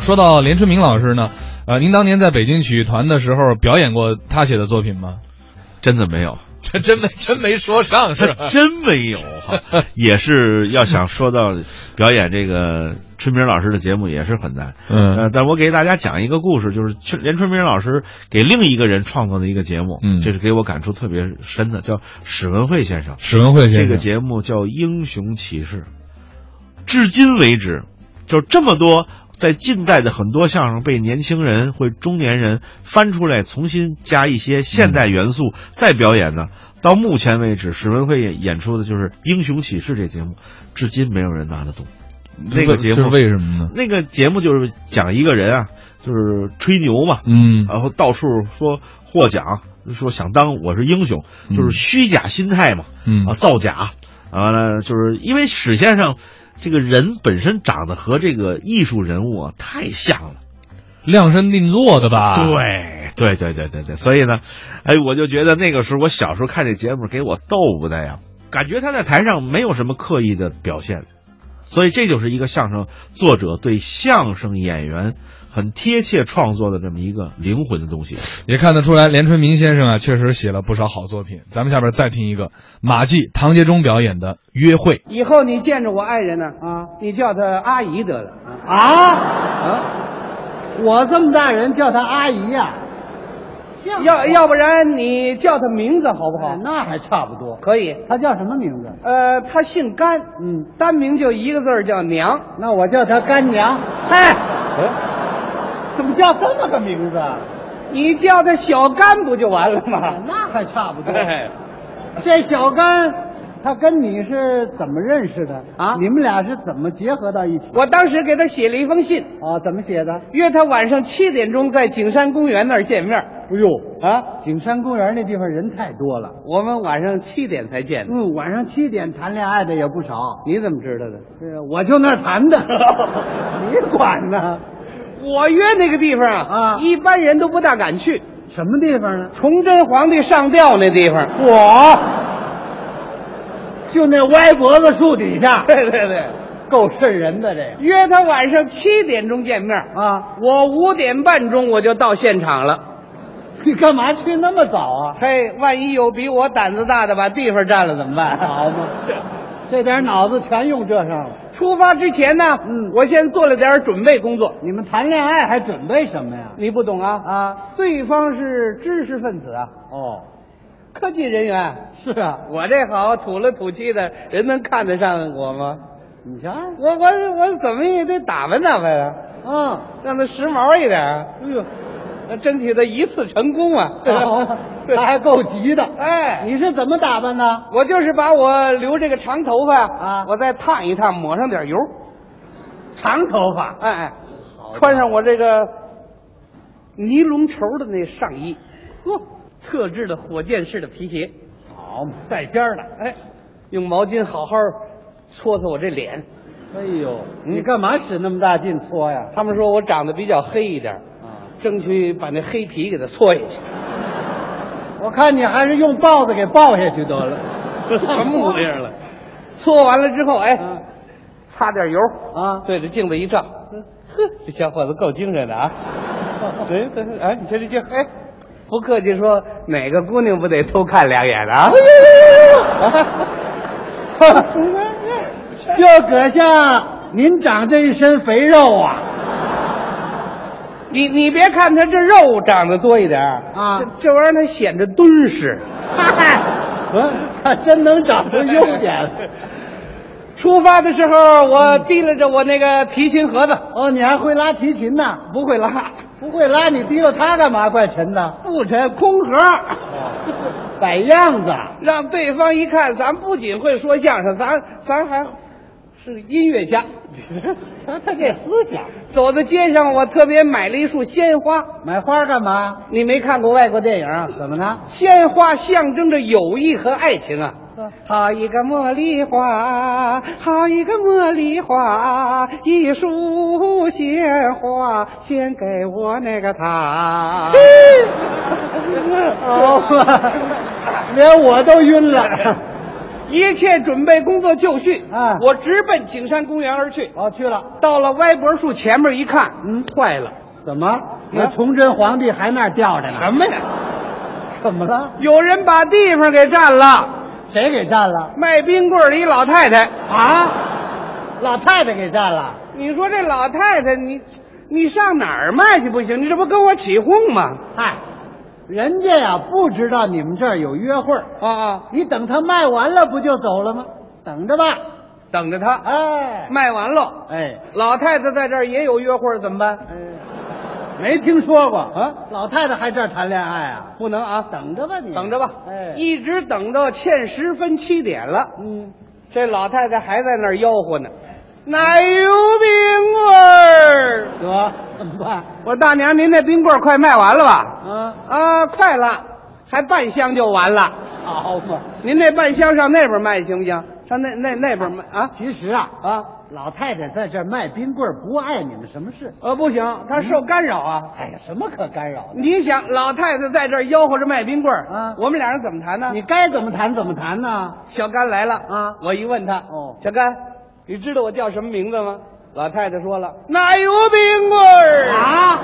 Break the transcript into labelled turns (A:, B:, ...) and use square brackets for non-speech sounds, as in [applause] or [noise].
A: 说到连春明老师呢，呃，您当年在北京曲艺团的时候表演过他写的作品吗？ [laughs]
B: 真的没有，
A: 这真没真没说上是吧
B: 真没有哈、也是要想说到表演这个春明老师的节目也是很难。
A: [laughs] 嗯
B: 呃，但我给大家讲一个故事，就是春连春明老师给另一个人创作的一个节目，
A: 嗯
B: 这是给我感触特别深的，叫史文慧先生。
A: 史文慧先生
B: 这个节目叫《英雄骑士》，至今为止，就这么多在近代的很多相声被年轻人或中年人翻出来，重新加一些现代元素、再表演的。到目前为止，史文慧演演出的就是《英雄骑士》这节目，至今没有人拿得动。那个节目
A: 这是为什么呢？
B: 那个节目就是讲一个人啊，就是吹牛嘛，
A: 嗯
B: 然后到处说获奖，说想当我是英雄，
A: 嗯
B: 就是虚假心态嘛，
A: 嗯
B: 啊，造假，完了就是因为史先生这个人本身长得和这个艺术人物啊太像了。
A: 量身定做的吧？，
B: 对对对对对对，所以呢，哎，我就觉得那个时候我小时候看这节目给我逗的呀，感觉他在台上没有什么刻意的表现，所以这就是一个相声作者对相声演员很贴切创作的这么一个灵魂的东西。
A: 也看得出来，连春明先生啊，确实写了不少好作品。咱们下边再听一个马季、唐杰忠表演的《约会》。
C: 以后你见着我爱人呢，啊，你叫她阿姨得了。啊啊！我这么大人叫她阿姨呀、
D: 像
C: 要要不然你叫她名字好不好
D: 哎？那还差不多。
C: 可以。
D: 他叫什么名字？
C: 呃，她姓甘，嗯，单名就一个字儿叫娘。
D: 那我叫他干娘。
C: 嗨，
D: 怎么叫这么个名字？啊？
C: 你叫她小甘不就完了
D: 哎 [laughs]
C: 吗？
D: 那还差不多。
C: 哎
D: 这小甘，他跟你是怎么认识的
C: 啊
D: 你们俩是怎么结合到一起？
C: 我当时给她写了一封信，
D: 啊，怎么写的？
C: 约她晚上七点钟在景山公园那儿见面。
D: 不用啊，景山公园那地方人太多了。
C: 我们晚上七点才见的，
D: 嗯，晚上七点谈恋爱的也不少。
C: 你怎么知道的？
D: 是，啊我就那儿谈 [laughs] 的，你管呢？
C: 我约那个地方啊，
D: 啊
C: 一般人都不大敢去。
D: 什么地方呢？
C: 崇祯皇帝上吊那地方， [laughs]
D: 我，就那歪脖子树底下，
C: 对对对，
D: 够瘆人的这
C: 约他晚上七点钟见面，
D: 个啊！
C: 我五点半钟我就到现场了。
D: 你干嘛去那么早啊？
C: 嘿，万一有比我胆子大的把地方占了怎么办？
D: 好嘛，这点脑子全用这上了。
C: 出发之前呢，
D: 嗯
C: 我先做了点准备工作。
D: 你们谈恋爱还准备什么呀？
C: 你不懂啊？
D: 啊，
C: 对方是知识分子啊，
D: 哦，
C: 科技人员。
D: 是啊，
C: 我这好土了土气的，人能看得上我吗？
D: 你瞧，
C: 我我我怎么也得打扮打扮啊，
D: 嗯，
C: 让他时髦一点啊。
D: 哎呦，
C: 那争取他一次成功啊！
D: 好
C: [laughs]
D: [laughs] 嘛，那还够急的。
C: 哎，
D: 你是怎么打扮的？
C: 我就是把我留这个长头发
D: 啊
C: 我再烫一烫，抹上点油，
D: 长头发，
C: 哎哎，穿上我这个尼龙绸的那上衣，呵，特制的火箭式的皮鞋，
D: 好嘛，带尖儿的。
C: 哎，用毛巾好好搓搓我这脸。
D: 哎呦，
C: 嗯
D: 你干嘛使那么大劲搓呀？
C: 他们说我长得比较黑一点，
D: 啊，
C: 争取把那黑皮给它搓 [laughs] 下去。
D: 我看你还是用豹子给抱下去得了。
C: 什么模样了？搓完了之后，哎，
D: 嗯
C: 擦点油
D: 啊
C: 对着镜子一照，呵，这小伙子够精神的啊！哎，哎，你瞧这镜，哎，不客气说，哪个姑娘不得偷看两眼啊？ [laughs]
D: 这阁下，您长这一身肥肉啊！
C: 你你别看他这肉长得多一点儿
D: 啊
C: 这这玩意儿它显着敦实。啊
D: 还啊真能长出优点。
C: [laughs] 出发的时候，我提拉着我那个提琴盒子，
D: 哦，你还会拉提琴呢？
C: 不会拉，
D: 不会拉，你提溜它干嘛？怪沉的。
C: 不沉，空盒。
D: 摆样子，啊
C: 让对方一看，咱不仅会说相声，咱咱还是音乐家。 [laughs]
D: 瞧他这思想。
C: 走到街上，我特别买了一束鲜花。
D: 买花干嘛？
C: 你没看过外国电影啊？
D: 怎么呢？
C: 鲜花象征着友谊和爱情啊！好一个茉莉花，好一个茉莉花，一束鲜花献给我那个他。
D: [laughs]
C: [laughs]
D: 哦，连我都晕了。
C: 一切准备工作就绪，
D: 啊
C: 我直奔景山公园而去。
D: 哦，去了。
C: 到了歪脖树前面一看，
D: 嗯
C: 坏了，
D: 怎么？那崇祯皇帝还那儿吊着呢？
C: 什么呀？
D: 怎么了？
C: 有人把地方给占了，
D: 谁给占了？
C: 卖冰棍儿的一老太太。
D: 啊，老太太给占了。
C: 你说这老太太，你你上哪儿卖去不行？你这不跟我起哄吗？
D: 嗨，人家呀不知道你们这儿有约会儿，
C: 啊啊，
D: 你等他卖完了不就走了吗？等着吧。
C: 等着她
D: 哎，
C: 卖完了，
D: 哎，
C: 老太太在这儿也有约会儿，怎么办？
D: 没听说过啊？老太太还这儿谈恋爱啊？
C: 不能啊，
D: 等着吧你，
C: 等着吧。
D: 哎，
C: 一直等到欠十分七点了，
D: 嗯，
C: 这老太太还在那儿吆喝呢，奶油冰棍儿。
D: 得怎么办？
C: 我说大娘，您那冰棍儿快卖完了吧？
D: 啊，
C: 啊，快了，还半箱就完了。
D: 好嘛。
C: 您那半箱上那边卖行不行？上那那那边卖啊？
D: 其实啊啊，老太太在这儿卖冰棍儿不碍你们什么事。
C: 呃，不行，她受干扰啊。
D: 哎呀，什么可干扰的？
C: 你想，老太太在这儿吆喝着卖冰棍儿
D: 啊
C: 我们俩人怎么谈呢？
D: 你该怎么谈怎么谈呢？
C: 小甘来了
D: 啊
C: 我一问他，
D: 哦
C: 小甘，你知道我叫什么名字吗？老太太说了，奶油冰棍儿。
D: 啊，